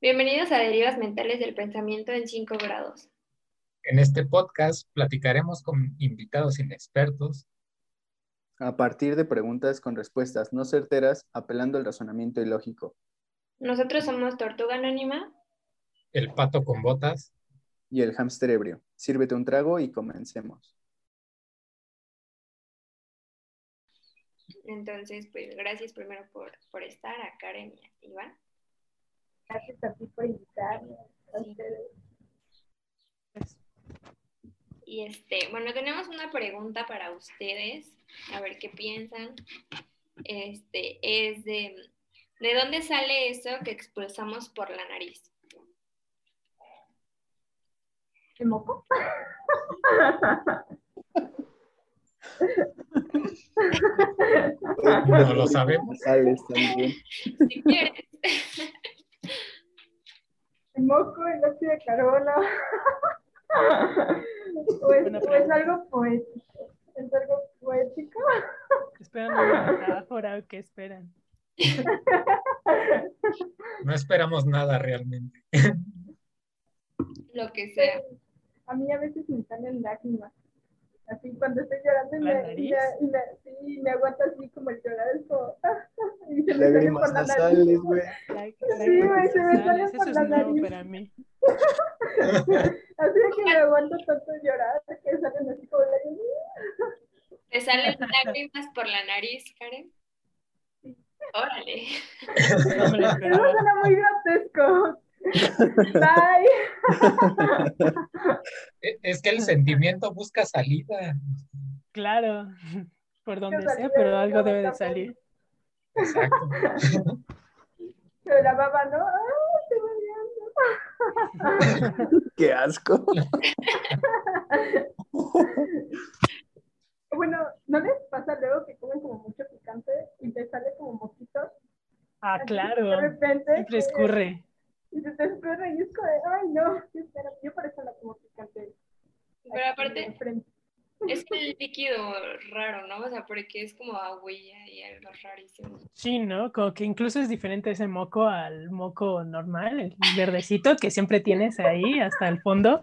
Bienvenidos a Derivas Mentales del Pensamiento en 5 grados. En este podcast platicaremos con invitados inexpertos a partir de preguntas con respuestas no certeras, apelando al razonamiento ilógico. Nosotros somos Tortuga Anónima El Pato con Botas. Y el hámster ebrio. Sírvete un trago y comencemos. Entonces, pues gracias primero por, por estar, a Karen y a Iván. Gracias a ti por invitarme. a Sí. ustedes. Y este, bueno, tenemos una pregunta para ustedes, a ver qué piensan. Este, es de, ¿de dónde sale eso que expulsamos por la nariz? ¿El moco? No lo sabemos. Sales también. Si quieres. ¿El moco, el ácido de carola? ¿O es, Buena o es pregunta. algo poético? ¿Es algo poético? Esperan la metáfora o qué esperan. No esperamos nada realmente. Lo que sea. A mí a veces me salen lágrimas. Así cuando estoy llorando y ¿La me, y nariz? me- y me- sí, y me aguanta así como el llorar. Es como... y se me sale Lágrimas por la nariz. nasales, güey. La- Sí, güey, se me sale Eso por es la nuevo nariz. para mí. Así de que me aguanto tanto llorar que salen así como lágrimas. ¿Te salen lágrimas por la nariz, Karen? Órale. No me lo Eso esperaba. suena muy grotesco. Bye. E- Es que el sentimiento busca salida. Claro, por donde Yo sea, salí pero de- algo debe de tampoco. salir. Exacto. Pero la baba, ¿no? ¡Ah, te voy a Qué asco. Bueno, ¿no les pasa luego que comen como mucho picante y te sale como moquito? Ah, Así, De claro, repente. siempre escurre. Y se te escurre y es como, de, ay, no, sí, espera, yo por eso no como picante. Pero Aquí aparte- enfrente. Es un líquido raro, ¿no? O sea, porque es como agüilla y algo rarísimo. Sí, ¿no? Como que incluso es diferente ese moco al moco normal, el verdecito que siempre tienes ahí hasta el fondo.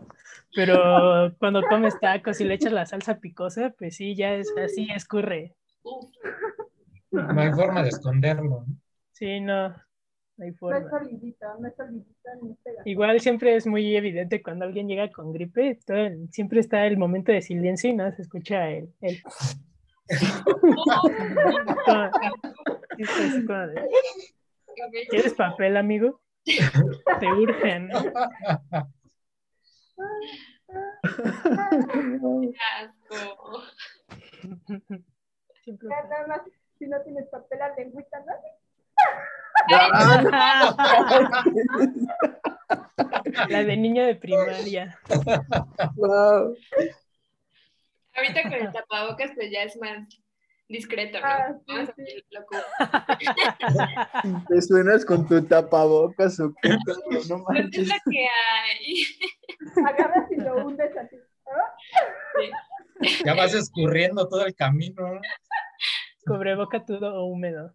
Pero cuando comes tacos y le echas la salsa picosa, pues sí, ya es así, escurre. Uf, No hay forma de esconderlo. ¿no? Sí, no, no No hay es forma. solidita, no es solidita ni pega. Igual siempre es muy evidente cuando alguien llega con gripe, todo el- siempre está el momento de silencio y nada se escucha el... el- Oh, Como- es así como de, qué bello. ¿Quieres papel, amigo? Te urgen. ¿no? Ah, Qué asco. Siempre- Ya Nada más, si no tienes papel, la lengüita, ¿no? La de niño de primaria. Wow. Ahorita con el tapabocas, pues ya es más discreto, ¿no? Ah, sí, Ah, Más sí. lo cubre. Te suenas con tu tapabocas o qué pedo, no Pues es manches. lo que hay. Agarras y lo hundes así. ¿no? Ya vas escurriendo todo el camino. Cubreboca todo o húmedo.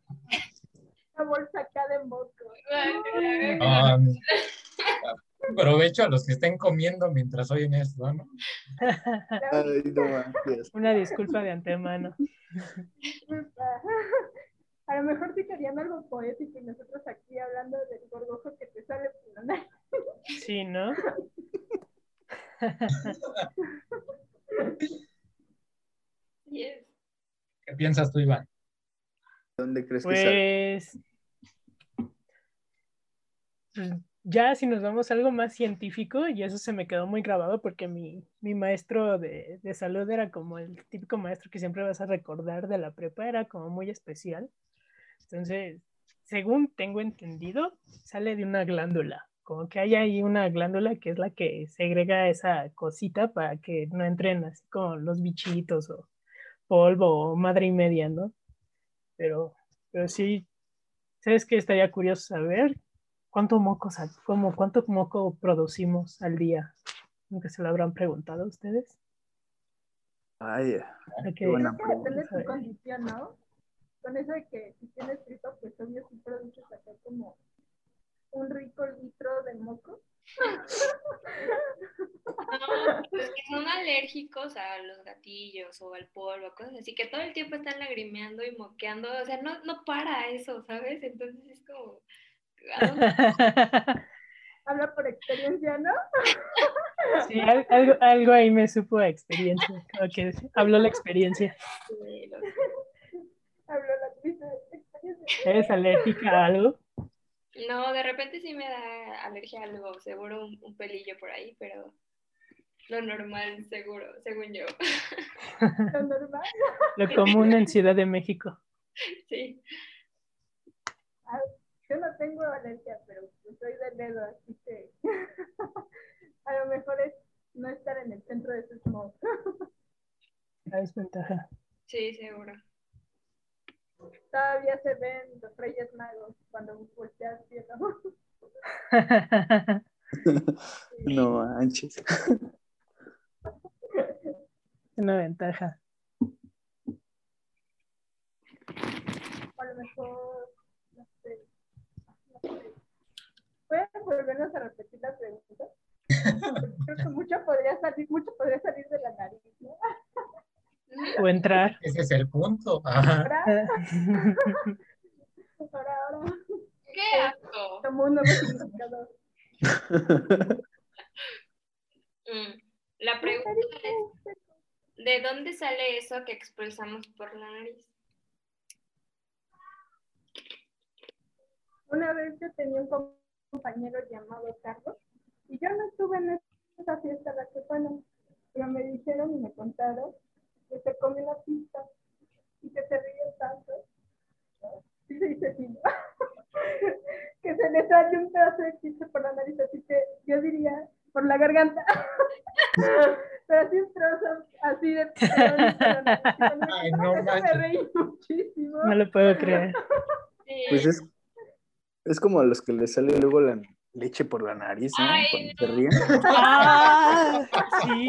Una bolsa acá de moco. Guácala, guácala. Um, aprovecho a los que estén comiendo mientras oyen esto, ¿no? Ay, no manches. Una disculpa de antemano. Upa. A lo mejor sí querían algo poético y nosotros aquí hablando del gorgojo que te sale por la nariz. Sí, ¿no? Yes. ¿Qué piensas tú, Iván? ¿Dónde crees que sale? Pues pues, ya si nos vamos a algo más científico, y eso se me quedó muy grabado porque mi, mi maestro de, de salud era como el típico maestro que siempre vas a recordar de la prepa, era como muy especial. Entonces, según tengo entendido, sale de una glándula. Como que hay ahí una glándula que es la que segrega esa cosita para que no entren así como los bichitos o polvo o madre y media, ¿no? Pero pero sí, ¿sabes qué? Estaría curioso saber cuánto moco, sa- como cuánto moco producimos al día. Nunca se lo habrán preguntado a ustedes. Ay, Hay qué que- buena Creo que depende pregunta. de tu condición, ¿no? Con eso de que si tienes frito, pues obvio sí produces acá como un rico litro el moco? No, pues que son alérgicos a los gatillos o al polvo, cosas así, que todo el tiempo están lagrimeando y moqueando, o sea, no, no para eso, ¿sabes? Entonces es como... ah, ¿a dónde? Habla por experiencia, ¿no? Sí, al- algo, algo ahí me supo a experiencia. como que habló la experiencia. Sí, lo- Habló la actriz de experiencia. ¿Eres alérgica a algo? No, de repente sí me da alergia a algo, seguro un, un pelillo por ahí, pero lo normal, seguro, según yo. Lo normal. Lo común en Ciudad de México. Sí. Yo no tengo alergia, pero pues soy de dedo, así que a lo mejor es no estar en el centro de sus smog. La desventaja. Sí, seguro. Todavía se ven los Reyes Magos cuando volteas cielo. No manches. Una ventaja. A lo mejor, no sé. no sé. ¿Pueden volvernos a repetir la pregunta? Porque Creo que mucho podría salir, mucho podría salir de la nariz, ¿no? Ujú. O entrar. Ese es el punto. Ajá. Ahora, ahora, ahora. ¡Qué asco! Tomó un nuevo significado. Mm. La pregunta es, ¿de dónde sale eso que expulsamos por la nariz? Una vez yo tenía un com- compañero llamado Carlos y yo no estuve en esa fiesta a la que fueron, pero me dijeron y me contaron que se comió una pizza y que se ríen tanto. ¿no? Sí, se dice sí, ¿no? que se les sale un pedazo de pizza por la nariz, así que yo diría por la garganta. pero así un trozo, así de. Ay, no Eso me manches. reí muchísimo. No lo puedo creer. Sí. Pues es, es como a los que les sale luego la leche por la nariz, ¿no? Ay, Cuando no. se ríen. ¡Ah! Sí,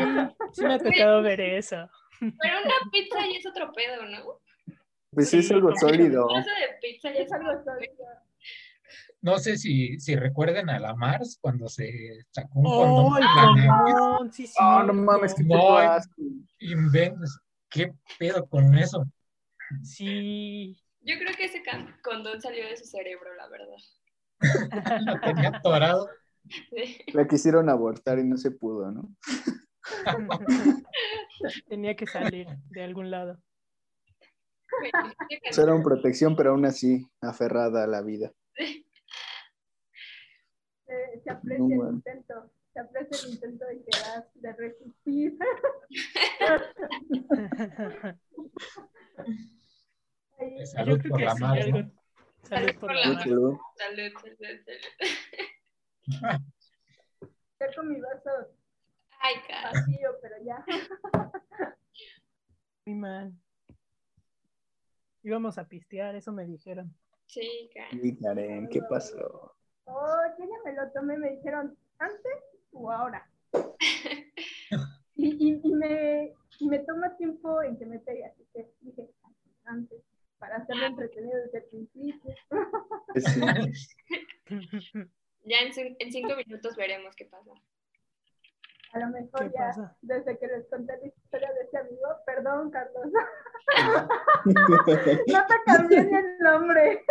sí me ha tocado ver eso. Pero una pizza ya es otro pedo, ¿no? Pues sí, es Sí, algo como- sólido. Un pedazo de pizza ya Es es algo algo... sólido. No sé si, si recuerden a la Mars cuando se sacó un condón ¡Oh, por el la nariz. condón! Sí, sí. Ah, No, no mames, qué No. puto asco. Inventos. pues, ¿Qué pedo con eso? Sí. Yo creo que ese can- condón salió de su cerebro, la verdad. Lo tenía atorado. Sí. La quisieron abortar y no se pudo, ¿no? Tenía que salir de algún lado. Usaron Pues protección, pero aún así aferrada a la vida. se, se aprecia No, el man. intento, se aprecia el intento de quedar, de resistir. Ahí, Yo Salud creo por que la sí, Mars. ¿no? algo. Salud por la Salud. mar. Salud. Salud, salud, salud. ya con mi vaso Ay, cara. vacío, pero ya. Muy mal. Íbamos a pistear, eso me dijeron. Sí, cara. Y Karen, ¿qué pasó? Oh, yo ya me lo tomé, me dijeron, ¿antes o ahora? Y, y- y me, y me toma tiempo en que me pegue, así que dije, antes, para hacerlo entretenido desde el principio. Pues sí. Ya en, cin- en cinco minutos veremos qué pasa. A lo mejor ¿Qué ya, pasa? desde que les conté la historia de ese amigo, perdón, Carlos, no te cambié ni el nombre.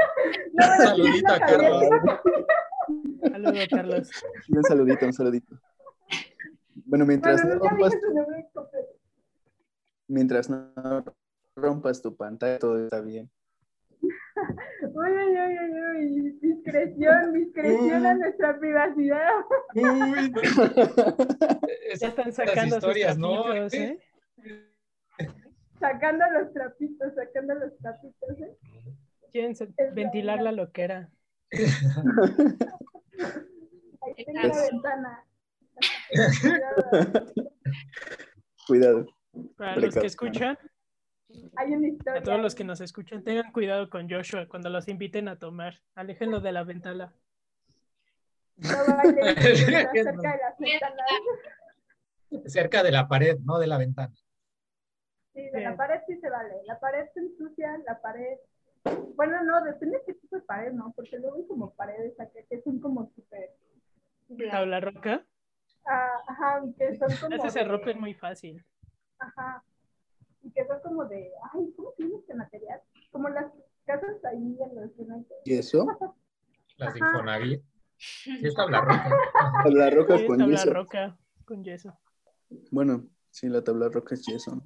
No me lo Saludito quiero a cambiar. Carlos. Saludos, Carlos. Un saludito, un saludito. Bueno, mientras Bueno, no nunca rompas, dije su nombre completo. mientras no rompas tu pantalla, todo está bien. Uy, uy, uy, uy, uy, discreción, discreción a nuestra privacidad. Uy, no. Ya Esas están sacando sus historias, ¿no? trapitos, ¿eh? Sacando los trapitos, sacando los trapitos. ¿eh? Quieren se- ventilar la loquera. Ahí tengo la Exacto. ventana. Cuidado, Cuidado. Para los que Precaución. escuchan, Hay una historia. a todos los que nos escuchan, tengan cuidado con Joshua cuando los inviten a tomar. Aléjenlo de la ventana. No bailen cerca de las ventanas. cerca de la pared, no de la ventana. Sí, de la pared sí se vale. La pared se ensucia, la pared. Bueno, no, depende de qué tipo de pared, ¿no? Porque luego hay como paredes acá que son como súper blanco. tabla roca. Ah, ajá, y que son como. Esas se de- rompen muy fácil. Ajá. Y que son como de. Ay, ¿cómo se llama este material? Como las casas ahí en los que no hay- ¿Y eso? Las de Ajá. Infonavit. Sí, es tabla roca. Tabla roca Sí, con tabla yeso. roca con yeso. Bueno, sí, la tabla roca es yeso.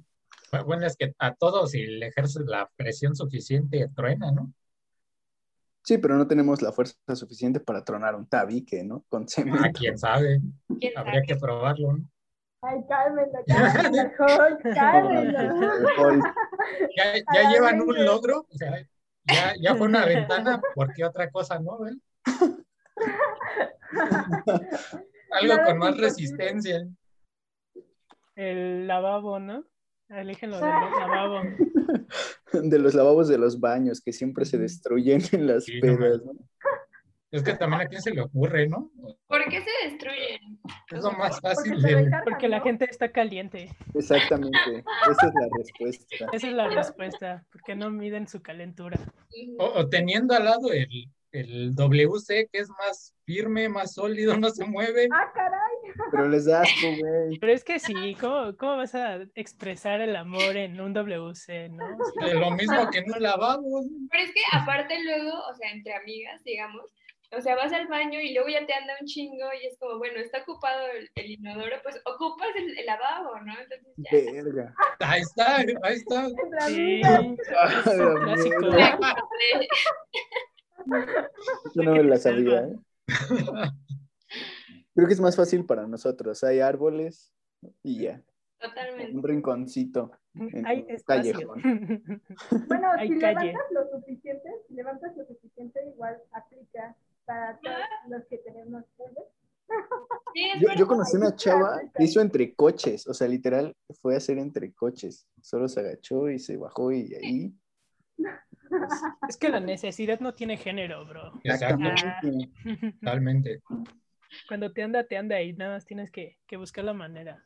Bueno, es que a todos, si le ejerces la presión suficiente, truena, ¿no? Sí, pero no tenemos la fuerza suficiente para tronar un tabique, ¿no? Con A cemento. quién sabe. ¿Quién Habría sabe? que probarlo, ¿no? Ay, cálmenlo, cálmenlo, Hulk, cálmenlo. Alcohol. Ya, ya Ay, llevan güey. un logro. o sea, ya, ya fue una ventana, ¿por qué otra cosa no? güey? Algo Nada con es más imposible. resistencia. El lavabo, ¿no? Elíjenlo del lavabo. De los lavabos de los baños que siempre se destruyen en las Sí, no pedas. ¿no? Es que también a quién se le ocurre, ¿no? ¿Por qué se destruyen? Es lo más Porque fácil se del- recargan, Porque la ¿no? gente está caliente. Exactamente. Esa es la respuesta. Esa es la respuesta. Porque no miden su calentura. O, o teniendo al lado el, el WC, que es más firme, más sólido, no se mueve. Ah, caray. Pero les da asco, güey. Pero es que sí, ¿cómo, cómo vas a expresar el amor en un WC, no? O sea, De lo mismo que no lavamos. Pero es que aparte luego, o sea, entre amigas, digamos, o sea, vas al baño y luego ya te anda un chingo y es como, bueno, está ocupado el, el inodoro, pues ocupas el, el lavabo, ¿no? Entonces ya. Verga. Ahí está, ahí está. En la sí, vida. Ah, la Clásico. mierda. Yo no me la sabía. ¿eh? Creo que es más fácil para nosotros. Hay árboles y ya. Totalmente. Un rinconcito. en hay un espacio. Bueno, Hay si calle. levantas lo suficiente, si levantas lo suficiente, igual aplica para todos los que tenemos pulgas. Sí, es Yo, verdad. yo conocí una chava que hizo entre coches. O sea, literal, fue a hacer entre coches. Solo se agachó y se bajó y ahí. Es que la necesidad no tiene género, bro. Exacto, Exactamente. totalmente. Cuando te anda, te anda y nada más tienes que, que buscar la manera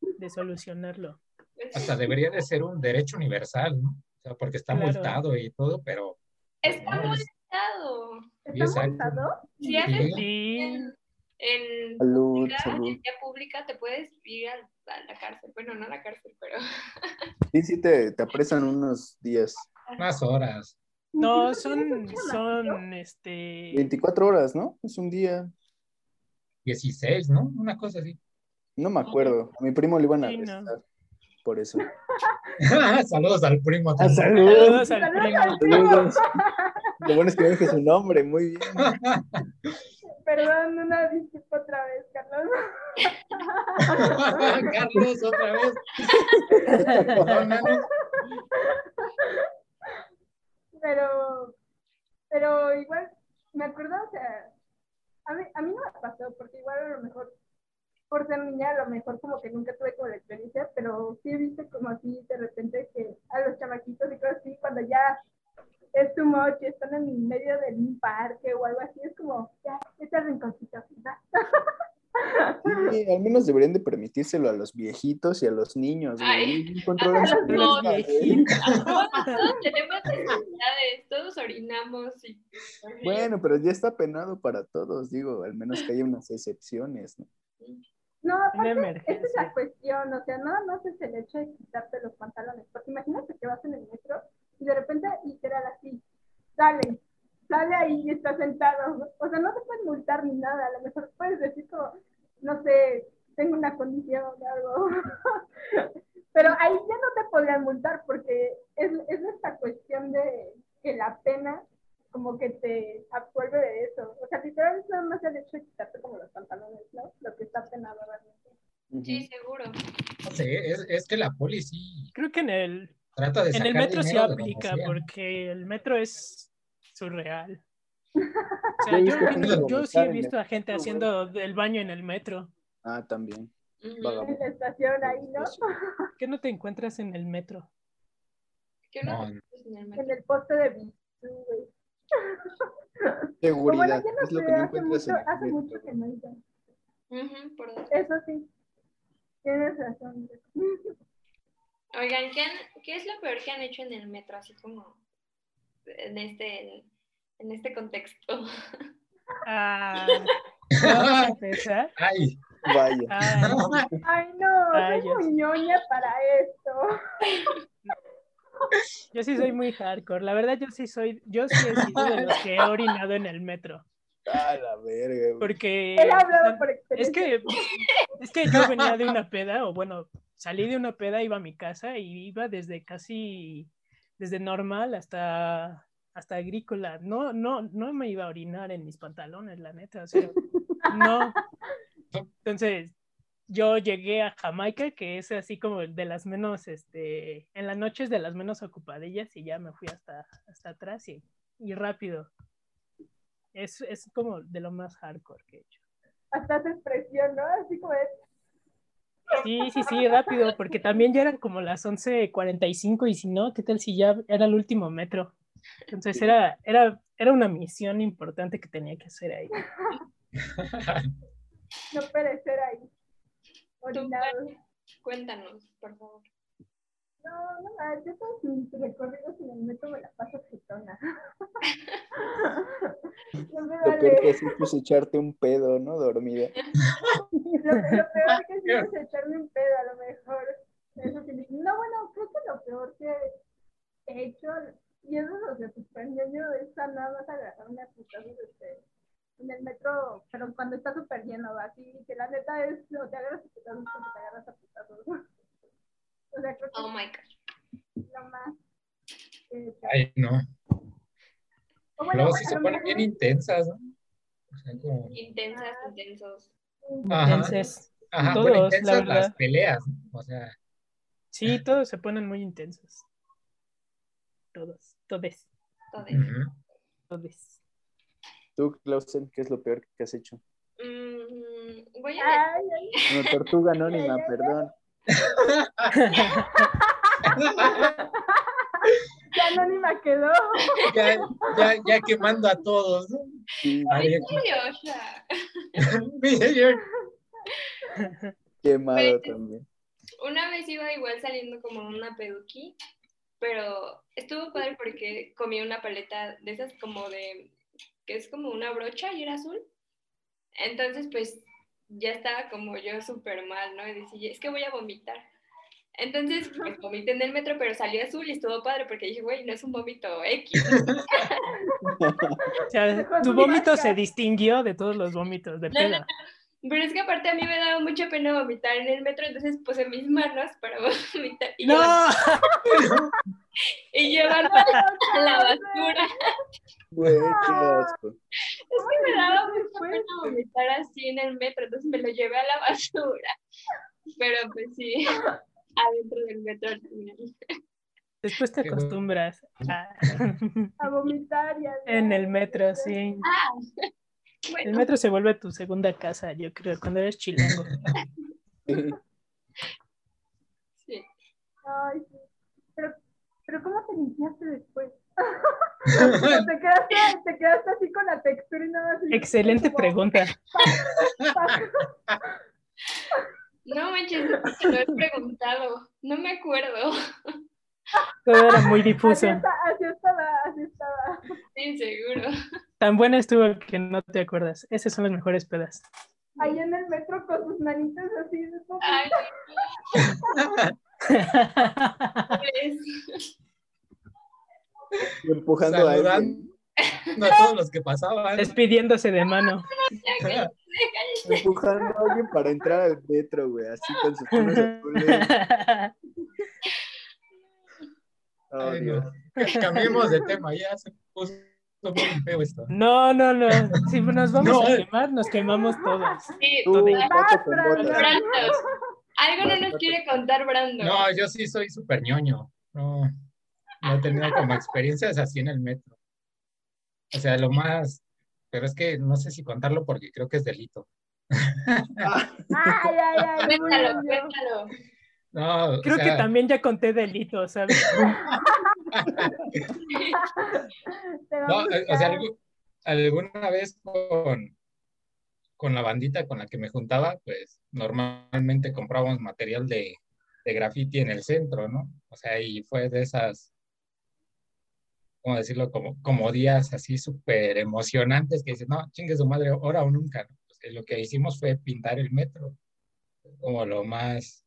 de solucionarlo. pues, Hasta debería de ser un derecho universal, ¿no? O sea, porque está Claro. multado y todo, pero Está no, es- molestado. Sí, ¿Está exacto. montado? Si haces Sí, en, en Salud, pública, salud. en vía pública, te puedes ir a, a la cárcel. Bueno, no a la cárcel, pero Sí, sí, te, te apresan unos días. unas horas. no, son, son, este, 24 horas, ¿no? Es un día. 16, ¿no? Una cosa así. No me acuerdo. A mi primo le iban a Sí, no. arrestar por eso. Saludos al primo. ¡Ah, saludos saludos! al Saludos primo. Saludos. Lo bueno es que me dije su nombre, muy bien. Perdón, una disculpa otra vez, Carlos. Carlos, otra vez. No, no, no. Pero, pero igual, me acuerdo, o sea, a mí, a mí no me pasó, porque igual a lo mejor, por ser niña, a lo mejor como que nunca tuve como la experiencia, pero sí he visto como así de repente que a los chamaquitos y cosas así, cuando ya es tu much, están en medio de un parque o algo así, es como, ya, este rinconcito, ¿verdad? Sí, al menos deberían de permitírselo a los viejitos y a los niños. güey. Ay. Controlan su No, vida, güey. todos, todos tenemos necesidades, todos orinamos. Y, Bueno, pero ya está penado para todos, digo, al menos que haya unas excepciones. ¿no? No, aparte, Una esa es la emergencia. cuestión, o sea, nada más es el hecho de quitarte los pantalones, porque imagínate que vas en el metro y de repente literal así, sale, sale ahí y está sentado, o sea, no te pueden multar ni nada, a lo mejor puedes decir como, no sé, tengo una condición o algo, pero ahí ya no te podrían multar porque es, es esta cuestión de que la pena como que te absuelve de eso, o sea, literal es nada más el hecho de quitarte como los pantalones, ¿no? Lo que está penado realmente. Ujú. Sí, seguro. No sé, es, es que la policía Creo que en el, trata de en sacar el metro Pues se dinero de donde aplica sea. porque el metro es surreal. O Yo sea, he yo, visto gente yo sí vomitar he en el visto a gente metro, haciendo el baño en el metro. Ah, también. Ujú. Vagabundo. en la estación ahí, ¿no? ¿Qué no te encuentras en el metro? ¿Qué no? No, no. En el poste de Bizu, güey. Pero Seguridad, bueno, yo no es lo sé, que no hace encuentras mucho, en el hace metro, mucho que no iba. Ujú, por dos. Eso sí, tienes razón. Oigan, ¿qué, han- qué es lo peor que han hecho en el metro? Así como en este, en, este contexto. Ah, pizza. Ay, Vaya. Ay, Ay, no, Ay, soy ya muy ñoña para esto. yo sí soy muy hardcore. La verdad, yo sí soy, yo sí he sido de los que he orinado en el metro. A la verga, güey. Porque. Él ha hablado o por sea, Eh, es experiencia. que es que yo venía de una peda, o bueno, salí de una peda, iba a mi casa y iba desde casi desde normal hasta hasta agrícola. No, no, no me iba a orinar en mis pantalones, la neta. O sea, no. Entonces, yo llegué a Jamaica, que es así como de las menos, este, en las noches de las menos ocupadillas, y ya me fui hasta, hasta atrás y, y rápido. Es, es como de lo más hardcore que he hecho. Hasta hace expresión, ¿no? Así como es. Sí, sí, sí, rápido, porque también ya eran como las 11:45 y si no, ¿qué tal si ya era el último metro? Entonces Sí. era, era, era una misión importante que tenía que hacer ahí. no perecer ahí. Orinado. Cuéntanos, por favor. No, no, ah, yo todos mis recorridos en el metro me la paso jetona. No me Lo peor que vale. haces es echarte un pedo, ¿no? Dormida. Lo, lo peor que sí es echarme un pedo, a lo mejor. Eso que me- No, bueno, creo que lo peor que he hecho, y eso es lo que sorprendió yo, es a nada más agarrar una putada este, en el metro, pero cuando está súper lleno, va, así que la neta es, no te agarras a putazos porque te agarras a putazos. O sea, creo que Oh my god. es lo más. que he hecho. ay, no. O bueno, Luego sí a se lo ponen mejor bien intensas, ¿no? O sea, como- Intensas, Ah. intensos. Ajá. Entonces, Ajá, Todos, bueno, la intensas verdad. las peleas, ¿no? O sea, sí, todos se ponen muy intensos. Todos, todes, Todes. ujú. todes. Tú, Clausen, ¿qué es lo peor que has hecho? Mm, voy a Ay, ay, Una tortuga anónima, perdón. ya anónima quedó. ya, ya, ya quemando a todos, ¿no? Sí, Ay, curiosa. mira, yo- quemado también. Una vez iba igual saliendo como una peduqui, pero estuvo padre porque comí una paleta de esas como de, que es como una brocha y era azul. Entonces, pues ya estaba como yo súper mal, ¿no? Y decía, es que voy a vomitar. Entonces, pues vomité en el metro, pero salió azul y estuvo padre porque dije, güey, no es un vómito X. O sea, tu vómito se distinguió de todos los vómitos de peda. Pero es que aparte a mí me daba mucha pena vomitar en el metro, entonces puse mis manos para vomitar y, llevar- ¡No! y llevarlo a la basura. Güey, qué asco. Es que me daba Ay, mucha pena fuerte. vomitar así en el metro, entonces me lo llevé a la basura. Pero pues sí, adentro del metro al final. Después te Qué bueno. acostumbras a- A vomitar y a... en el metro, sí. El Bueno, metro se vuelve tu segunda casa, yo creo, cuando eres chilango. sí. Ay, sí. Pero, pero ¿cómo te limpiaste después? Pero te, quedaste, te quedaste así con la textura y nada más. Excelente Como- pregunta. No manches, te lo he preguntado, no me acuerdo. Todo era muy Así, difuso. está- así estaba, así estaba. Sí, seguro. Tan buena estuvo que no te acuerdas. Esas son las mejores pedas. Ahí en el metro con sus manitas así. de como- Ay, pobres. Empujando a alguien. saludando a todos los que pasaban. Despidiéndose de mano. Empujando a alguien para entrar al metro, güey. Así con sus manos azules. Oh, Ay, no. Dios. Cambiemos de tema, ya se puso muy feo esto. No, no, no. Si nos vamos No, a eh. quemar, nos quemamos todos. Sí, Tú, Todo. gato con Vas, botas. Fran. Brandos. Algo no nos quiere contar Brando. No, yo sí soy súper ñoño. No, no he tenido como experiencias así en el metro. O sea, lo más. Pero es que no sé si contarlo porque creo que es delito. Ay, ay, ay. muy Cuéntalo, bien. cuéntalo. No, o Creo que sea, también ya conté delito, ¿sabes? Te va Este, a No, eh, o sea, gustar. algu- alguna vez con, con la bandita con la que me juntaba, pues normalmente comprábamos material de, de graffiti en el centro, ¿no? O sea, y fue de esas, ¿cómo decirlo? Como, como días así súper emocionantes que dices, no, chingue su madre, ahora o nunca, ¿no? O sea, lo que hicimos fue pintar el metro, como lo más,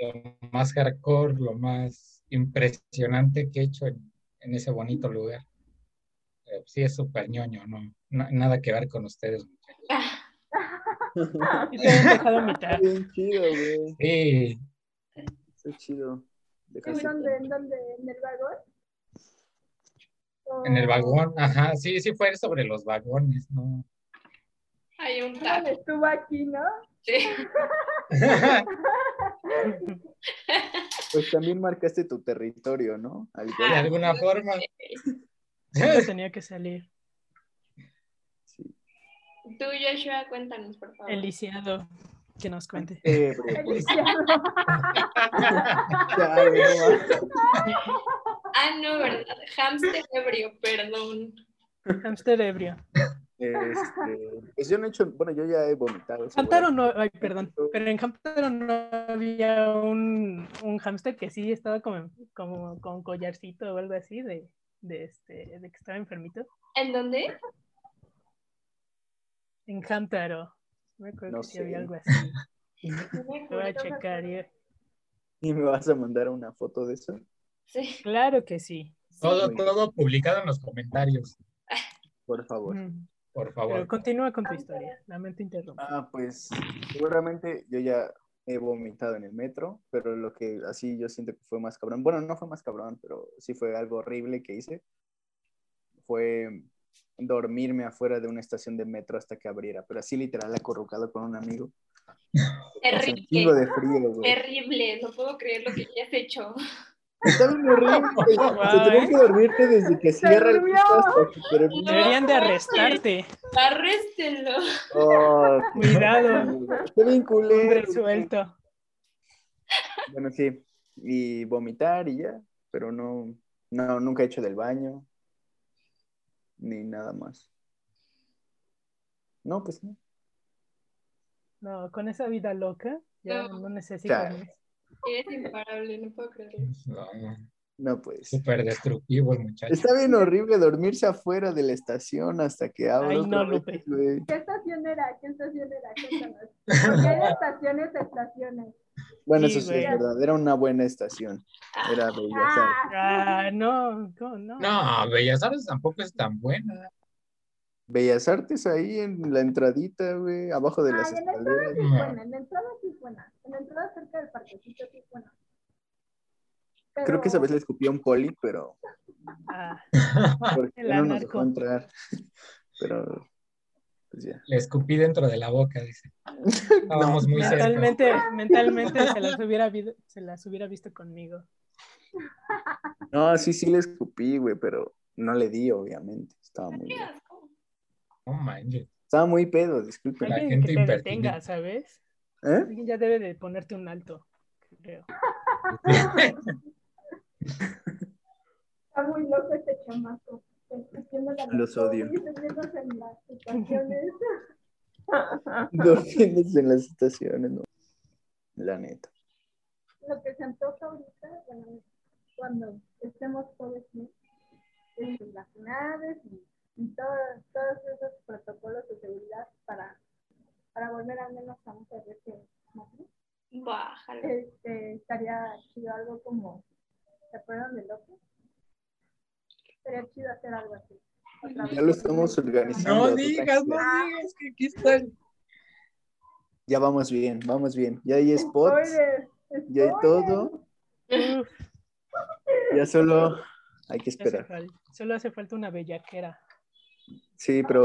lo más hardcore, lo más impresionante que he hecho en, en ese bonito lugar. Pero sí, es súper ñoño, no, na- nada que ver con ustedes, muchachos. Y te han dejado a mitad. Está bien chido, güey. Sí, Está chido. ¿En Dejarse- dónde? ¿En dónde? ¿En el vagón? ¿O en el vagón, ajá, sí, sí fue sobre los vagones, ¿no? Hay un Alan tap. Estuvo aquí, ¿no? sí. Pues también marcaste tu territorio, ¿no? Al De igual, Ah. alguna forma. Siempre tenía que salir. sí. Tú, Joshua, cuéntanos, por favor. El lisiado, que nos cuente. Eh, pero, pues, Feliciano. ya, güey, no va. Ah, no, ¿verdad? Hamster ebrio, perdón. Hamster ebrio. Este, pues yo no he hecho, bueno, yo ya he vomitado. Hamtaro no, ay, perdón, pero en Hamtaro no había un, un hamster que sí estaba como, como con collarcito o algo así de, de, este, de que estaba enfermito. ¿En dónde? En Hamtaro. No me acuerdo No que sí sé. había algo así. No me Lo voy a acuerdo. checar. ¿eh? y- ¿Y me vas a mandar una foto de eso? Sí. Claro que sí. Todo, todo publicado en los comentarios, Por favor. Mm. por Pero favor. continúa con tu historia. Lamento interrumpir. Ah, pues seguramente yo ya he vomitado en el metro, pero lo que así yo siento que fue más cabrón, bueno, no fue más cabrón, pero sí fue algo horrible que hice, fue dormirme afuera de una estación de metro hasta que abriera, pero así literal acurrucado con un amigo. Hace un Terrible. chingo de frío, güey. Terrible. No puedo creer lo que ya has hecho. Está bien horrible. Guau, Se tenía ¿eh? que dormirte desde que cierra el durmió. piso hasta que termina. Deberían de arrestarte. Arréstelo. Oh, qué Cuidado. horrible, güey. Está bien Hombre culero. güey. suelto. Bueno, sí, y vomitar y ya, pero no, no, nunca he hecho del baño, ni nada más. No, pues no. No, con esa vida loca ya No. no, necesitas. Chale. más. Eres imparable, no puedo creerlo. No, no, No, pues. Súper destructivo el muchacho. Está bien horrible dormirse afuera de la estación hasta que abro. Ay, no, Lupe. güey. ¿Qué estación era? ¿Qué estación era? Cuéntanos. Porque hay estaciones, estaciones. Bueno, Sí, eso sí es güey. verdad, era una buena estación. Era Bellas Artes. Ah, Ah, no, ¿cómo no? No, Bellas Artes tampoco es tan buena. Bellas Artes ahí en la entradita, güey, abajo de las Ay, en Ah, la entrada escaleras. sí es buena, en la entrada sí es buena. En la entrada cerca del parquecito sí es buena. Pero- Creo que esa vez le escupió un poli, pero Ah, porque El no nos dejó anarco. entrar. Pero, pues ya. Le escupí dentro de la boca, dice. Estábamos muy cerca. mentalmente, mentalmente se las hubiera vi- se las hubiera visto conmigo. No, sí, sí le escupí, güey, pero no le di, obviamente. Estaba muy, Qué asco. No manches. estaba muy pedo, disculpen. Ay. Alguien gente que te impertinente. detenga, ¿sabes? ¿Eh? Alguien ya debe de ponerte un alto, creo. Está muy loco este chamaco. Haciendo la Los odio. Y durmiéndose en las estaciones. Durmiéndose en las estaciones, no. La neta. Lo que se antoja ahorita, bueno, cuando estemos todos bien, es en las naves y, y todo- todos esos protocolos de seguridad para, para volver al menos a un terreno más Bájale. este, estaría chido algo como ¿se acuerdan de López? Estaría chido hacer algo así. otra vez. Ya lo estamos organizando. No tú digas, no tranquila. digas que aquí están. Ya vamos bien, vamos bien. Ya hay spots, Spoiler, ya hay spoiler. todo. Uf, Ya solo hay que ya hace esperar. fal- solo hace falta una bellaquera. Sí, pero.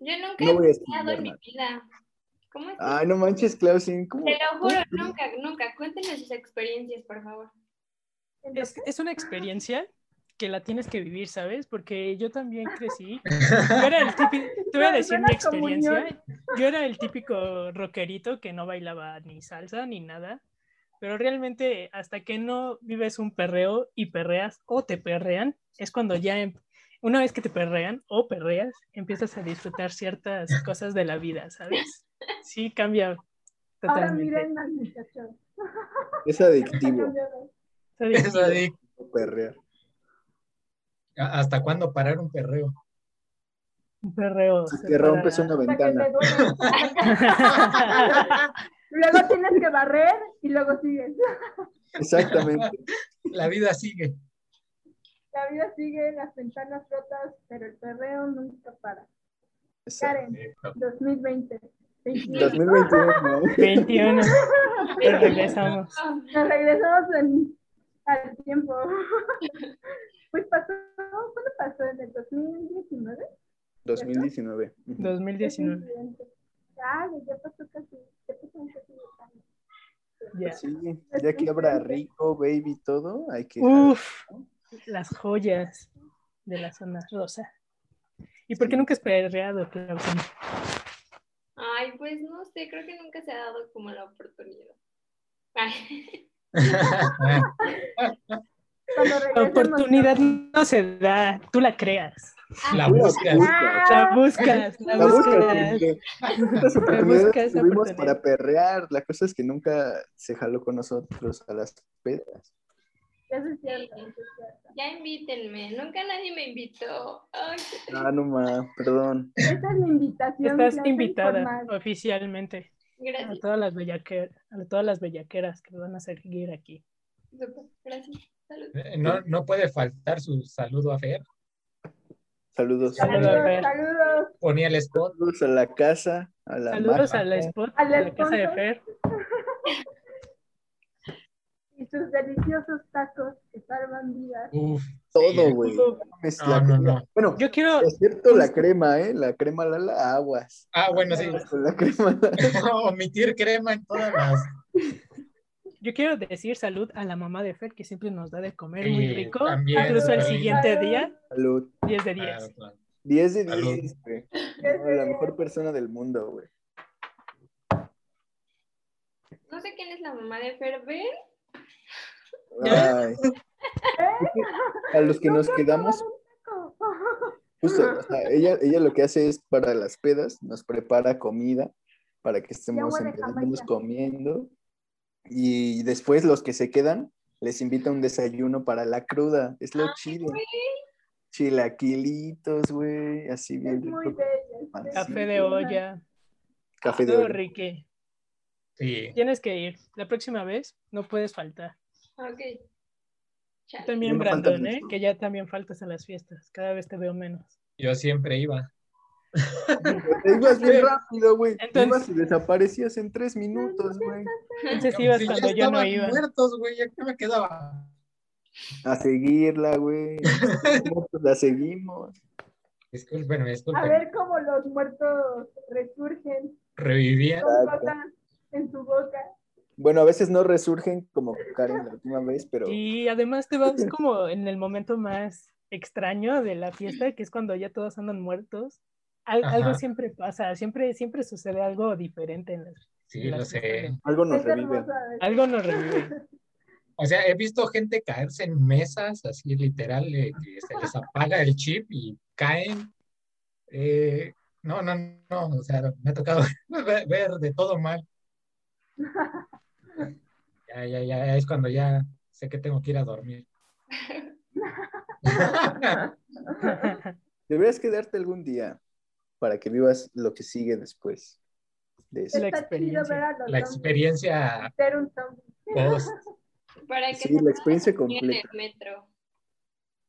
Yo nunca No voy a Ah, he estudiado estudiar en mi nada. vida. ¿Cómo es? Ay, no manches, Clausin. ¿cómo? Te lo juro, nunca, nunca. Cuéntenme sus experiencias, por favor. Es, es una experiencia que la tienes que vivir, ¿sabes? Porque yo también crecí. Yo era el típico, te voy a decir mi experiencia. eh, Yo era el típico rockerito que no bailaba ni salsa ni nada. Pero realmente hasta que no vives un perreo y perreas o te perrean, es cuando ya, em- una vez que te perrean o perreas, empiezas a disfrutar ciertas cosas de la vida, ¿sabes? Sí, cambia Ahora totalmente. miren al muchacho. Es adictivo. Está bien. Eso de- perrear. ¿Hasta cuándo parar un perreo? Un perreo. Si te rompes una Hasta que ventana. te duele. luego tienes que barrer y luego sigues. Exactamente. La vida sigue. La vida sigue, las ventanas rotas, pero el perreo nunca para. Exacto. Karen, 2020. 21. 2021. 21. Te regresamos. Nos regresamos en- al tiempo. Pues pasó, ¿cuándo pasó? ¿En el 2019? 2019. Ujú. 2019. Ah, ya pasó casi, ya pasó un casi dos años. Ya. Sí, ya que habrá rico, baby, y todo, hay que. Uf, las joyas de la zona rosa. ¿Y por qué Sí. nunca has perreado, Clausen? Ay, pues no sé, creo que nunca se ha dado como la oportunidad. Ay, Cuando La regresemos, oportunidad no se da, tú la creas. ah, La Una buscas. busca. Ah. La buscas, Ah, la, La busca, buscas. porque estas oportunidades busca esa tuvimos oportunidad. para perrear. La cosa es que nunca se jaló con nosotros a las pedas. Eso es cierto, eso es cierto. ya invítenme, nunca nadie me invitó. Ay, qué triste. Ah, no más, perdón. Esa es mi invitación. Estás clase invitada informal. oficialmente a gracias. todas las bellaqueras, a todas las bellaqueras que van a seguir aquí. súper, Gracias. Salud. Eh, No, no puede faltar su saludo a Fer. Saludos. Saludos. Saludos, Saludos, saludos. Ponía el spot. a la casa, a la Saludos maca. a la spot, A a la la casa de sponsor. Fer. Y sus deliciosos tacos que salvan vidas. Uf, Todo, sí. güey. Es No, la no, crema. no. Bueno, Yo quiero, excepto la crema, ¿eh? La crema Lala, aguas. Ah, bueno, sí. Con la crema Omitir crema en todas las. yo quiero decir salud a la mamá de Fer que siempre nos da de comer muy Sí, rico. también, Incluso el también. siguiente día, Salud. 10 de 10. Claro, claro. 10 de Salud. 10, güey. No, la mejor persona del mundo, güey. No sé quién es la mamá de Fer, ¿ven? Ay. A los que nos quedamos, justo, o sea, ella, ella lo que hace es para las pedas, nos prepara comida para que estemos, huele entre- Jamaica. estemos comiendo y después los que se quedan les invita un desayuno para la cruda, es lo Ah, Ay, chido. güey. Chilaquilitos, güey, así bien Es muy rico. bella. Así. es Café de olla, Café de todo olla. rique. Sí. Ah, Tienes que ir. La próxima vez no puedes faltar. Ok. Tú Chale. También, Yo no falto Brandon, ¿eh? mucho. que ya también faltas a las fiestas. Cada vez te veo menos. Yo siempre iba. Te ibas bien rápido, güey. Te Ibas Entonces- y desaparecías en tres minutos, güey. Entonces ibas Sí, ya cuando yo no estaban iba. muertos, güey. ¿Ya qué me quedaba? A seguirla, güey. La seguimos. Disculpen, A disculpen. ver cómo los muertos resurgen Revivía. con Exacto. cosas en su boca. Bueno, a veces no resurgen como Karen la última vez, pero Y además te vas como en el momento más extraño de la fiesta, que es cuando ya todos andan muertos. Al- Ajá. algo siempre pasa, siempre, siempre sucede algo diferente. En las- Sí, lo sé. algo nos Es revive. hermosa. ¿ves? algo nos revive. O sea, he visto gente caerse en mesas, así literal, eh, que se les apaga el chip y caen. Eh, no, no, no, o sea, me ha tocado ver, ver de todo mal. Ya, ya, ya, es cuando ya sé que tengo que ir a dormir. Deberías quedarte algún día para que vivas lo que sigue después de eso. La Está chido experiencia. ver a los La zombies, experiencia ser un zombie. post. Para que Sí, se la experiencia vayan en completa. el metro.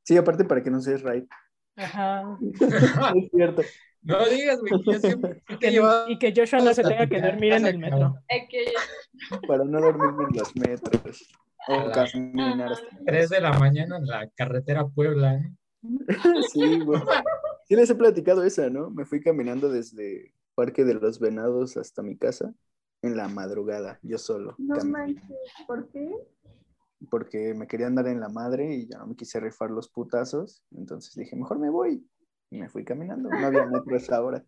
Sí, aparte para que no seas right. Ajá. Es cierto. No digas, güey, que yo siempre Y te he que, llevado y que Joshua no se hasta tenga tu que casa, dormir en el metro. cabrón. Es que yo- Para no dormir en los metros. O caminar. Tres de la mañana en la carretera Puebla. ¿eh? Sí, güey. Sí les he platicado esa, ¿no? Me fui caminando desde Parque de los Venados hasta mi casa en la madrugada, yo solo. No caminé, manches, ¿por qué? porque me querían dar en la madre y ya no me quise rifar los putazos. Entonces dije, mejor me voy. Y me fui caminando. No había metro a esa hora.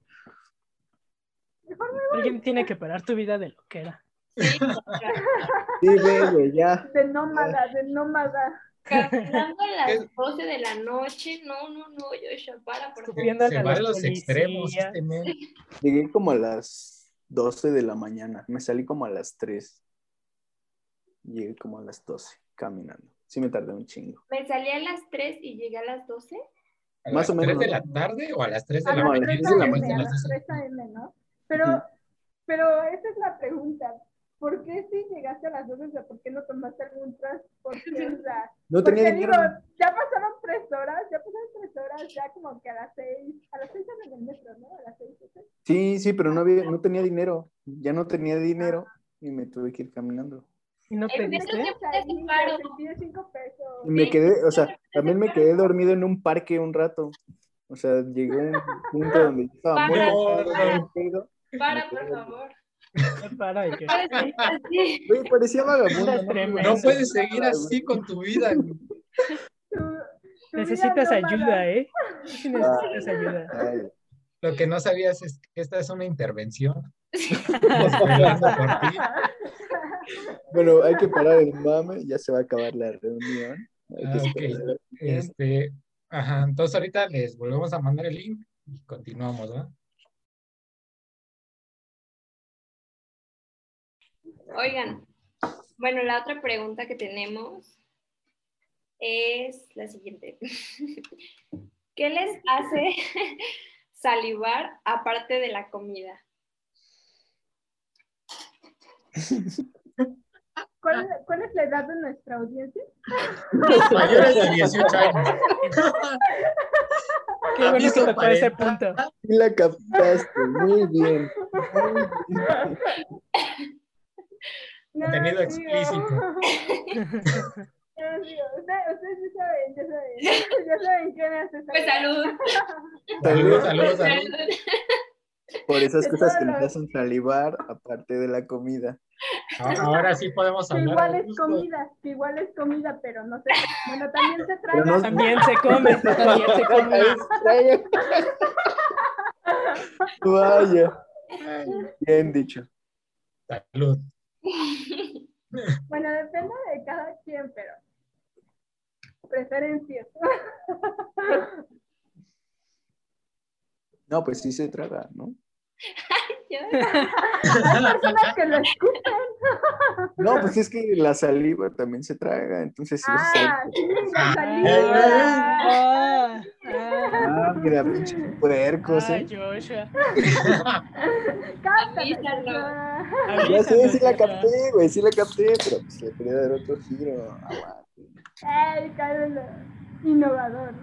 Alguien tiene que parar tu vida de lo que era. Sí, Sí, güey, güey, ya. De nómada, de nómada. caminando a Es- las 12 de la noche. No, no, no, Joshua, para, por favor. Viendo Se a va a los los extremos policías. este men. Llegué como a las 12 de la mañana. Me salí como a las 3. Llegué como a las 12 caminando. Sí me tardé un chingo. Me salí a las 3 y llegué a las 12. ¿A Más las o menos, 3 de la ¿no? tarde o a las 3 de Ah, A la No, las mañana? tres 3 de la AM, a mañana. las 3 AM, ¿no? Pero, Ujú. pero esa es la pregunta. ¿Por qué si llegaste a las 12, o sea, por qué no tomaste algún transporte? O sea, No porque tenía digo, dinero. ya pasaron 3 horas, ya pasaron 3 horas, ya como que a las 6, a las 6 en el metro, ¿no? A las 6, Sí, sí, pero no, había, Ah. no tenía dinero. Ya no tenía dinero y me tuve que ir caminando. ¿Y no El metro pediste? O sea, Te ahí, separo. te pide 5 pesos. Y me Sí. quedé, o sea, también me quedé dormido en un parque un rato. O sea, llegué a un punto donde yo estaba muy Para, cansado, para. muy pedo. Para, por favor. Para y que- Puedes seguir así. Güey, parecía vagabundo. Estás ¿no? tremendo. No puedes seguir así con tu vida. Tu- tu Necesitas vida nómada. ayuda, ¿eh? Sí necesitas ayuda. Ay, Lo que no sabías es que esta es una intervención. Estamos velando por ti. Bueno, hay que parar el mame, ya se va a acabar la reunión. Hay que Ah, ok. esperar. Este, ajá, entonces ahorita les volvemos a mandar el link y continuamos, ¿va? Oigan, bueno, la otra pregunta que tenemos es la siguiente. ¿Qué les hace salivar aparte de la comida? ¿Cuál, ¿Cuál es la edad de nuestra audiencia? Mayores de 18 años. Qué bueno que Aviso tocó ese parental. punto. Sí la captaste, muy bien. muy bien. Contenido sí, oh. explícito. No, sí, oh. Ustedes ustedes ya saben, ya saben, ya saben quién es esa. Pues salud. Saludos, saludos, saludos. Salud. Por esas De cosas que todas nos las- hacen salivar, aparte de la comida. Ah, Ahora sí podemos Que hablar. igual a es gusto. comida, que igual es comida, pero no sé. Bueno, también se trae. Pero no- También se come, también se come. Vaya. Vaya. Bien dicho. Salud. Bueno, depende de cada quien, pero preferencias. No, pues sí se traga, ¿no? Hay Ah, personas que lo escuchan. No, pues es que la saliva también se traga, entonces sí es Ah, sal- sí, la saliva. Ah, ah, Ah, mira, pinche puercos, ah, ¿eh? Joshua. Cántala. Ya sé, Avísanos, sí la Joshua. capté, güey, sí la capté, pero pues le quería dar otro giro. Aguanta. Ey, cántala. Innovador.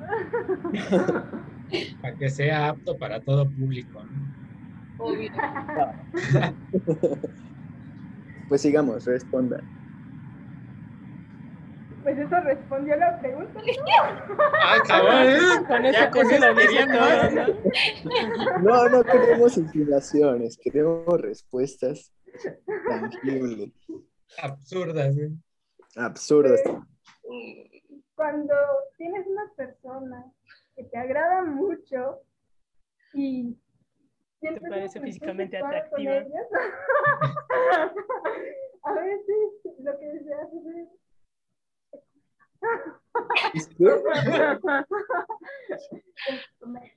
Para que sea apto para todo público. ¿no? Obvio. Pues sigamos, responda. Pues eso respondió la pregunta. Ah, cabrón, ¿eh? Con Ya con eso, con eso lo eso dice querían todo, más. No, ¿no? no queremos insinuaciones, queremos respuestas tangibles, Absurdas, ¿eh? absurdas. Mm, cuando tienes una persona que te agrada mucho y sientes una parece conexión físicamente sexual con atractiva. ellas, a veces lo que se hace es es comer.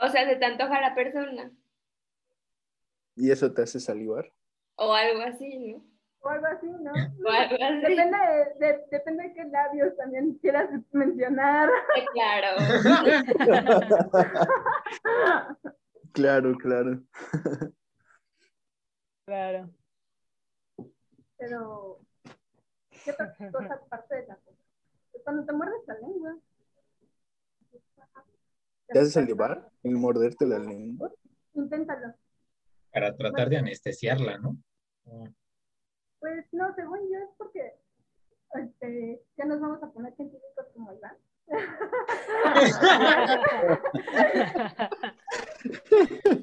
O sea, se te antoja la persona ¿Y eso te hace salivar? o algo así, ¿no? o algo así, ¿no? O algo así. Depende de, de- depende de qué labios también quieras mencionar. Claro. Claro, claro. Claro. Pero, ¿qué otra cosa aparte de la comida? Pues Cuando te muerdes la lengua. ¿Te hace salivar el morderte la lengua? Inténtalo. Para tratar de anestesiarla, ¿no? Pues no, según yo es porque este, ya nos vamos a poner científicos como Iván.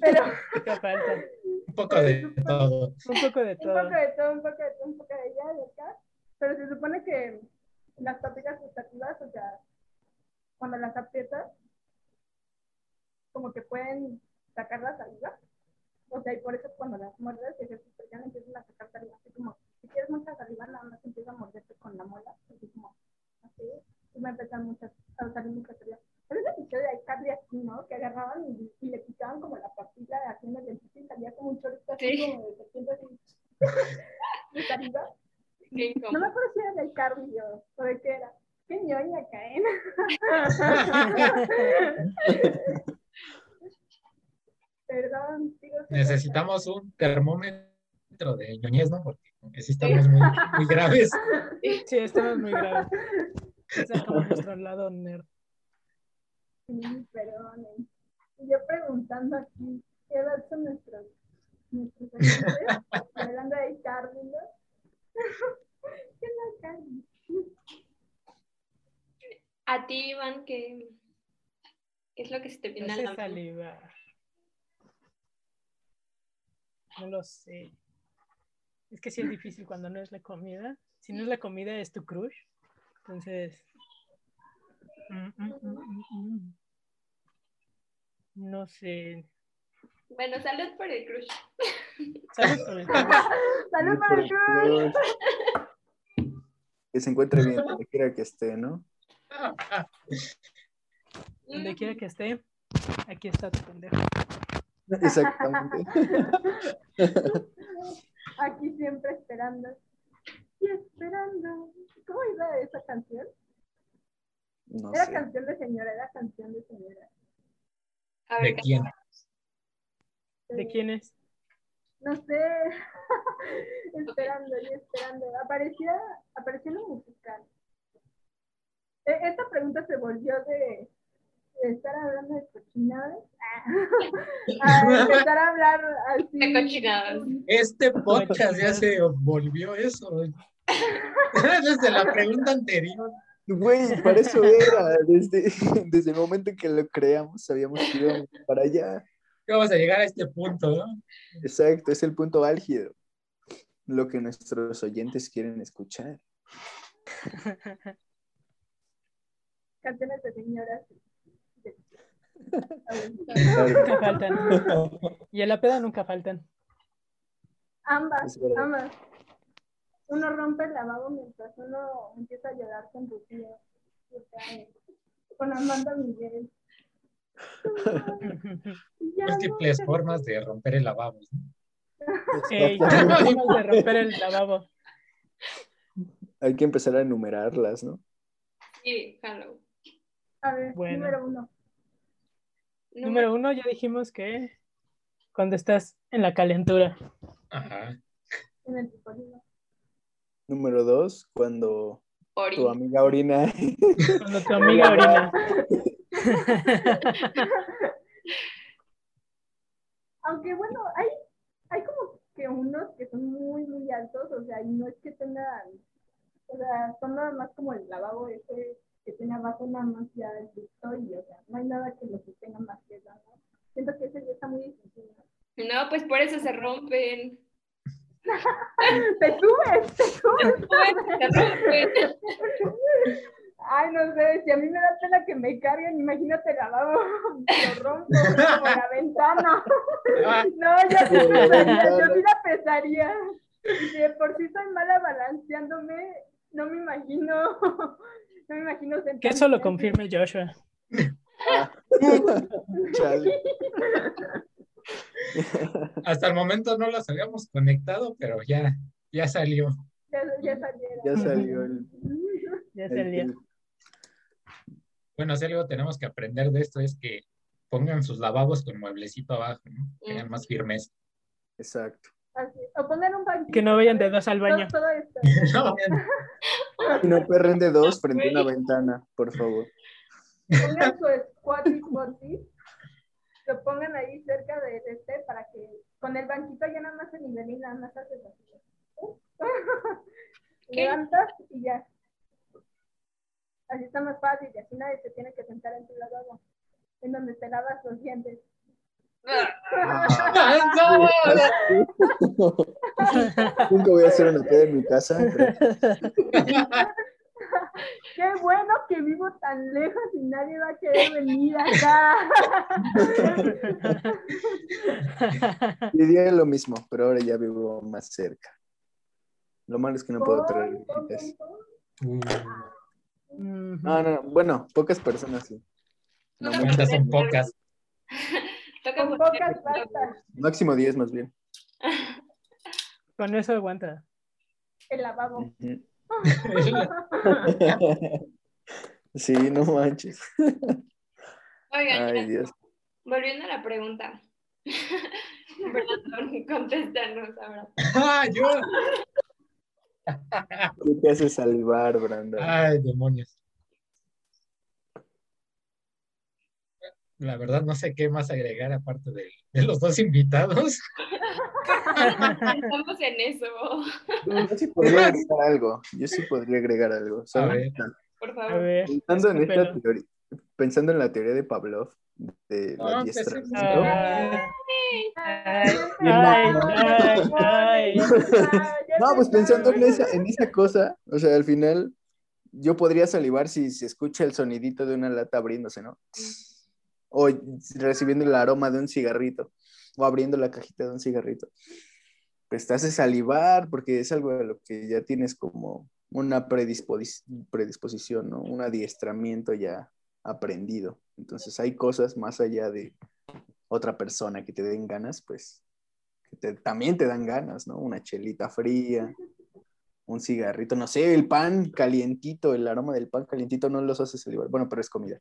Pero Poca falta. Un poco de todo. Un poco de un todo. poco de todo, un poco de todo, un poco de allá, de acá. Pero se supone que las papilas gustativas, o sea, cuando las aprietas, como que pueden sacar la saliva. O sea, y por eso cuando las muerdes, ellos ya empiezan a sacar saliva. Así como, si quieres mucha saliva, nada más empieza a morderte con la muela. Así como, así. Y me empiezan muchas, a salir muchas saliva. Pero ese episodio de Carly así, ¿no? Que agarraban y, y le picaban como la papila haciendo el dentista y salía como un chorrito así Sí. como de serpiente así. de saliva. Qué No incómodo. me acuerdo si era del Carly o, o de qué era. Qué ñoña caen. Perdón, digo, Necesitamos un termómetro de ñoñez, ¿no? Porque sí estamos muy, muy graves. Sí, estamos muy graves. Está como nuestro lado nerd. sí, perdonen. Y yo preguntando aquí, ¿qué edad son nuestros, nuestros oyentes? Hablando de Carly, ¿no? ¿Qué edad Carly? A ti, Iván, ¿qué qué es lo que se te No viene a sé la mente? salivar. No lo sé. Es que sí es difícil cuando no es la comida. Si no es la comida, es tu crush. Entonces. mm, mm, mm, mm, mm. No sé. Bueno, salud por el crush. Salud por el crush. ¡Salud para el crush! Que se encuentre bien, donde quiera que esté, ¿no? Mm, Donde quiera que esté, aquí está tu pendejo. Exactamente. Aquí siempre esperando. Y esperando. ¿Cómo iba esa canción? No Era sé. canción de señora, era canción de señora. A ¿De ver, quién? Eh, ¿De quién es? No sé. esperando y esperando. Aparecía, aparecía en lo musical. E- Esta pregunta se volvió de de estar hablando de cochinadas a empezar a hablar así. De cochinadas. Este podcast ya se volvió eso. Desde la pregunta anterior. Güey, para eso era. Desde, desde el momento en que lo creamos, sabíamos que íbamos para allá. que Vamos a llegar a este punto, ¿no? Exacto, es el punto álgido. Lo que nuestros oyentes quieren escuchar. Canciones de señoras. De- Nunca faltan. Y en la peda nunca faltan. Ambas, Es verdad. ambas. Uno rompe el lavabo mientras uno empieza a llorar con tu tío. O sea, Con Amanda Miguel. Ya Múltiples no, formas de romper el lavabo. ¿no? Ey, formas de romper el lavabo. Hay que empezar a enumerarlas, ¿no? Sí, hello. A ver, Bueno. número uno. Número uno, ya dijimos que cuando estás en la calentura. Ajá. En el picolino. Número dos, cuando Ori. tu amiga orina. Cuando tu amiga orina. Aunque bueno, hay, hay como que unos que son muy, muy altos, o sea, y no es que tengan, o sea, son nada más como el lavabo ese que tiene abajo nada más ya el piso y, o sea, no hay nada que lo sostenga más que eso, ¿no? Siento que ese ya está muy difícil, ¿no? No, pues por eso se rompen. ¡Te subes! ¡Te Se subes! rompen, se rompen. Ay, no sé, si a mí me da pena que me carguen, imagínate el lavabo, lo rompo como la ventana. Ah, No, yo sí Por la pesaría, ventana. yo sí la pesaría. Si de por sí soy mala balanceándome, no me imagino, no me imagino sentarme. Que eso lo confirme Joshua. Chale. hasta el momento no las habíamos conectado, pero ya, ya salió. Ya, ya saliera. Ya salió el, Ya el- es el día. Bueno, si algo tenemos que aprender de esto es que pongan sus lavabos con mueblecito abajo, ¿no? Tengan más firmeza. Exacto. Así, o poner un banquito. Que no vayan de dos al baño. Todo, todo esto. No, Y no perren de dos frente a una ventana, por favor. Pongan su squat y botis, lo pongan ahí cerca de de este para que con el banquito ya nada más se nivel y nada más haces así. ¿Qué? Levantas y ya. Así está más fácil y así nadie se tiene que sentar en tu lavabo, en donde te lavas los dientes. Ah. no, no. Nunca voy a hacer una peda en mi casa. pero Qué bueno que vivo tan lejos y nadie va a querer venir acá. Diría lo mismo, pero ahora ya vivo más cerca. Lo malo es que no puedo traer visitas. Uh, No, no, bueno, pocas personas sí. No, Pocas muchas. estas son pocas. Toca Con poner- pocas basta Máximo 10 más bien. Con eso aguanta. el lavabo. Ujú. Sí, no manches. Oigan, Ay, ya, Dios. volviendo a la pregunta. Perdón, contéstanos ahora. ¡Ah, yo! ¿Qué te hace salvar, Brandon? ¡Ay, demonios! La verdad no sé qué más agregar aparte de, de los dos invitados. Estamos en eso, Yo sí podría agregar algo. Yo sí podría agregar algo. ¿sabes? por A favor. ver. Pensando en, esta Pero- teoría, pensando en la teoría de Pavlov, de la No, pues, diestra. sí, ¿no? Ah, ay, ay, ay, Ay, ay. ya está, ya No, pues está. pensando en esa, en esa cosa, o sea, al final yo podría salivar si se escucha el sonidito de una lata abriéndose, ¿no? O recibiendo el aroma de un cigarrito, o abriendo la cajita de un cigarrito. Pues te hace salivar porque es algo de lo que ya tienes como una predispos- predisposición, ¿no? Un adiestramiento ya aprendido. Entonces hay cosas más allá de otra persona que te den ganas, pues que te- también te dan ganas, ¿no? Una chelita fría, un cigarrito, no sé, el pan calientito, el aroma del pan calientito no los hace salivar. Bueno, pero es comida.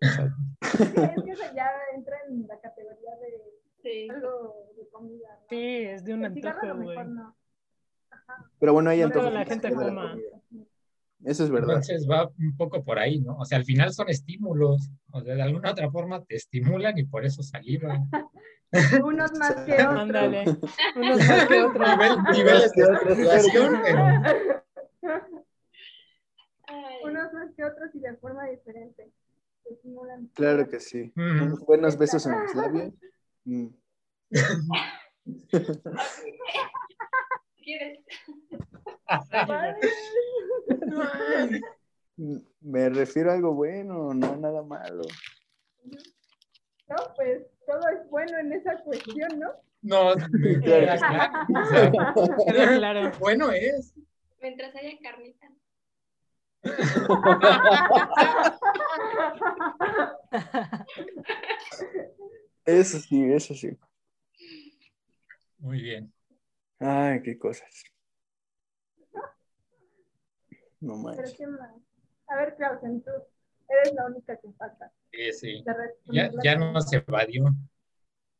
Sí, es que eso ya entra en la categoría de Sí. algo de comida. ¿no? Sí, es de un El cigarro a antojo, lo güey. mejor no. Pero bueno, hay No antojos. toda la más gente allá de fuma. comida. Eso es verdad. Entonces va un poco por ahí, ¿no? O sea, al final son estímulos. O sea, de alguna otra forma te estimulan y por eso salivan. Unos más que otros. Ándale. Unos más que otros. Nivel- niveles de estimulación, pero Ay, Unos más que otros y de forma diferente. Se estimulan. Claro que sí. mm, Unos buenos besos en los labios. Mm. ¿quieres? Padre, Mm, Me refiero a algo bueno, no nada malo. No, pues todo es bueno en esa cuestión, ¿no? no, me queda claro. O sea, Queda claro. bueno es. Mientras haya carnita. Eso sí, eso sí. Muy bien. Ay, qué cosas. No Pero manches. qué más. A ver, Clausen, tú eres la única que falta. Sí, sí. de responder Ya, la ya pregunta. nos evadió.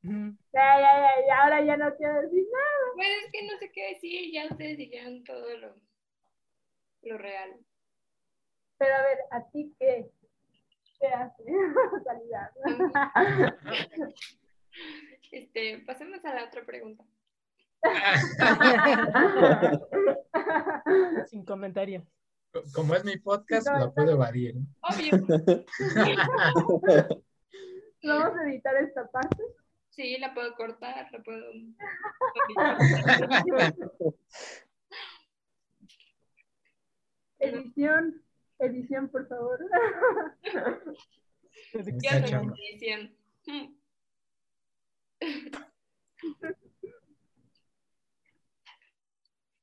Ujú. Ya, ya, ya, ya, ahora ya no quiero decir nada. Pues es que no sé qué decir, ya ustedes dijeron todo lo, lo real. Pero a ver, ¿a ti qué? ¿Qué hace? Saludar. Este, pasemos a la otra pregunta. Sin comentario. Como es mi podcast, la puedo evadir. Obvio. Vamos a editar esta parte. Sí, la puedo cortar, la puedo. Edición, edición, por favor. Esta chamba. edición. Mm.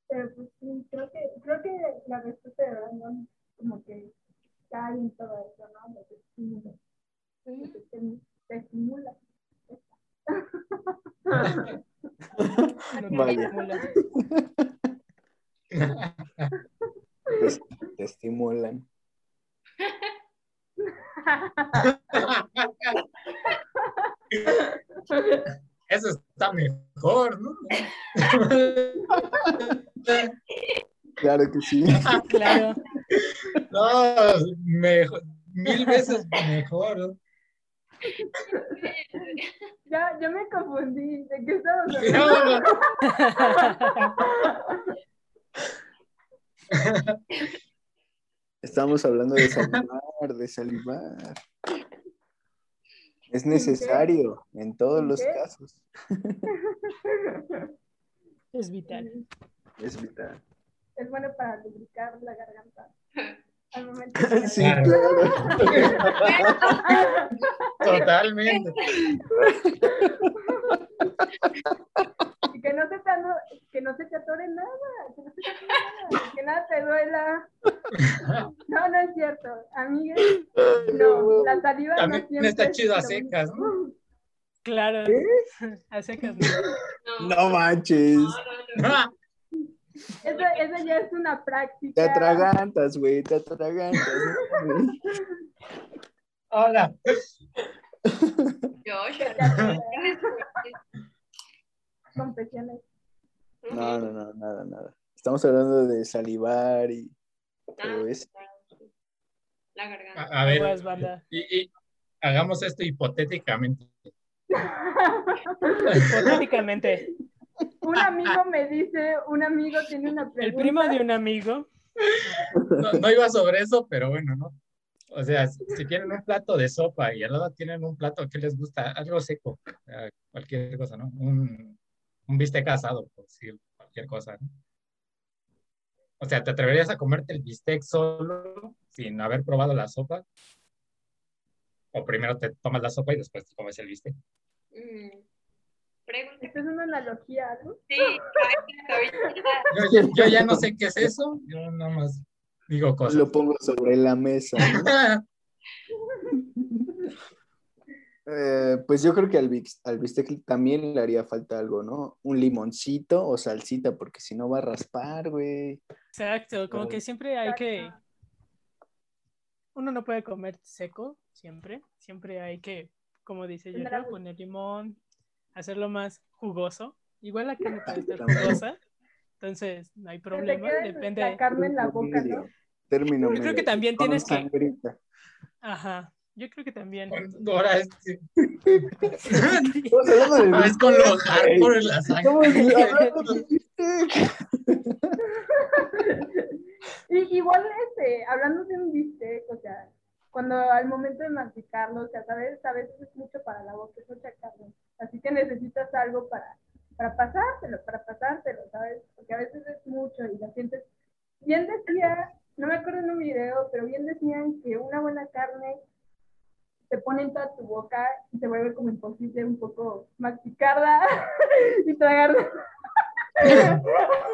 Pero pues sí, creo que, creo que la respuesta de Brandon como que cae en todo eso, ¿no? Lo que estimula, lo que te- te estimula. No te Vaya. estimula. Pues, te estimulan. Eso está mejor, ¿no? Claro que sí. Claro. No, mejor, mil veces mejor. Ya, ya me confundí. ¿De qué estamos No, hablando? no, Estamos hablando de salivar, de salivar. Es necesario en todos los ¿Qué? casos. Es vital. Es vital. Es bueno para lubricar la garganta. Al momento de- Sí, Claro. claro. totalmente. Y que no se te, ano- que no se te atore nada, que no se te atore nada, que nada te duela. No, no es cierto. Amigas, no, la saliva no También siempre está es chido a lo secas, mismo. Claro. A secas. No, No manches. no, no, no. Eso, eso ya es una Te práctica. atragantas, güey, te atragantas. güey. Hola. Josh. Confesiones. No, no, no, nada, nada. Estamos hablando de salivar y todo eso. La garganta. A, a ver, Aguas, Pues, banda. y- y hagamos esto hipotéticamente. Hipotéticamente, Un amigo me dice, un amigo tiene una pregunta. el primo de un amigo, No, no iba sobre eso, pero bueno, ¿no? O sea, si, si tienen un plato de sopa y al lado tienen un plato que les gusta, algo seco, eh, cualquier cosa, ¿no? Un, un bistec asado, por decir cualquier cosa, ¿no? O sea, ¿te atreverías a comerte el bistec solo sin haber probado la sopa? O primero te tomas la sopa y después te comes el bistec. Ah. Mm. Pregunta. Esto es una analogía, ¿no? Sí, ay, ahorita. Yo, ya- yo ya no sé qué es eso, yo nada más digo cosas. Lo pongo sobre la mesa. ¿no? Eh, pues yo creo que al, bis- al bistec también le haría falta algo, ¿no? Un limoncito o salsita, porque si no va a raspar, güey. exacto, como que siempre hay que, Exacto. uno no puede comer seco, siempre, siempre hay que, como dice yo, Tendrá- poner limón, hacerlo más jugoso, igual la carne puede estar También. jugosa, entonces no hay Que te problema, quede La depende, carne en la boca, ¿no? Término Yo creo medio. que también Con tienes que- sangrita. ajá, yo creo que también, Ahora es que- Estamos hablando del Ah, es con lo hardcore en la Estamos sangre. hablando del bistec. Y igual, este, hablando de un bistec, o sea, cuando al momento de masticarlo, o sea, sabes, a veces es mucho para la boca, es mucha carne. Así que necesitas algo para, para pasártelo, para pasártelo, ¿sabes? Porque a veces es mucho y la sientes. Bien decía, no me acuerdo en un video, pero bien decían que una buena carne te pone en toda tu boca y se vuelve como imposible un poco masticarla y tragarla.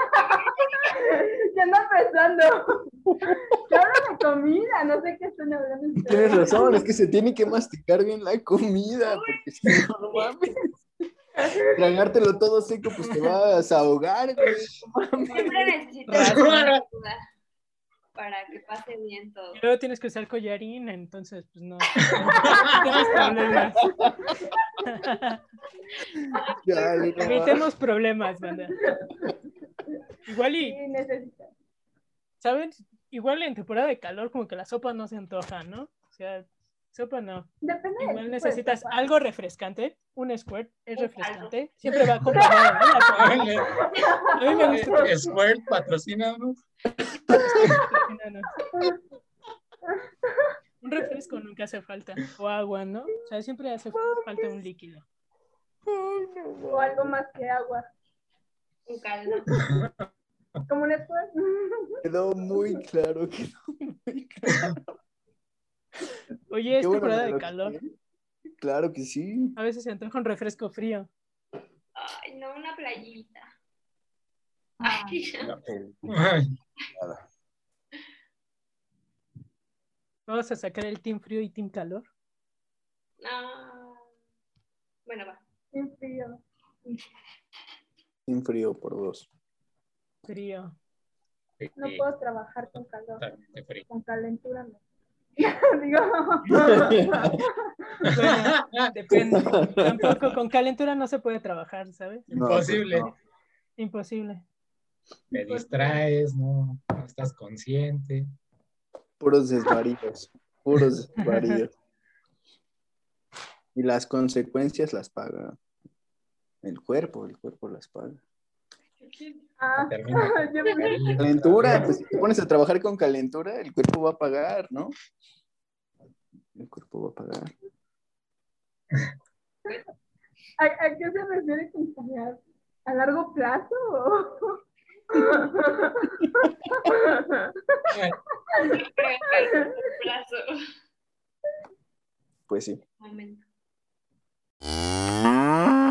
Ya ando pensando. Yo hablo de comida, no sé qué están hablando ustedes. Tienes razón, es que se tiene que masticar bien la comida, porque si no, no mames. Tragártelo todo seco, pues te vas a ahogar, güey. Siempre necesitas una ayuda para que pase bien todo. y luego tienes que usar collarín, entonces pues no, no tienes problemas. Ya, no mames. Evitemos problemas, banda. Igual y, Sí, necesitas. ¿saben? Igual en temporada de calor como que la sopa no se antoja, ¿no? O sea, sopa no. Depende del Igual tipo de necesitas pues, sopa. algo refrescante. Un squirt es Un refrescante. Siempre va acompañado. ¿no? La sopa. A mí me gusta. Squirt patrocinamos. No, no. Un refresco nunca hace falta. O agua, ¿no? O sea, siempre hace falta un líquido. O algo más que agua. Un caldo. Como un escudo. Quedó muy claro, quedó muy claro. Oye, es Qué buena temporada de analogía. calor. Claro que sí. A veces se antoja un refresco frío. Ay, no, una playita. Ay, Ah, ya. eh. Vamos a sacar el team frío y team calor. no. Bueno, va. Sin frío. Sin frío por dos. Frío. No puedo trabajar con calor. Totalmente frío. Con calentura no. Digo, Bueno, depende. Tampoco con calentura no se puede trabajar, ¿sabes? No, Imposible. pues Imposible. Te distraes, no, no estás consciente. Puros desvaríos. Puros desvaríos. Y las consecuencias las paga el cuerpo, el cuerpo las paga. ah, Termina. yo me- Calentura, pues si te pones a trabajar con calentura, el cuerpo va a pagar, ¿no? El cuerpo va a pagar. ¿a, a qué se refiere con calor? ¿A largo plazo? Creo que es un plazo. Pues sí. Momento. Ah.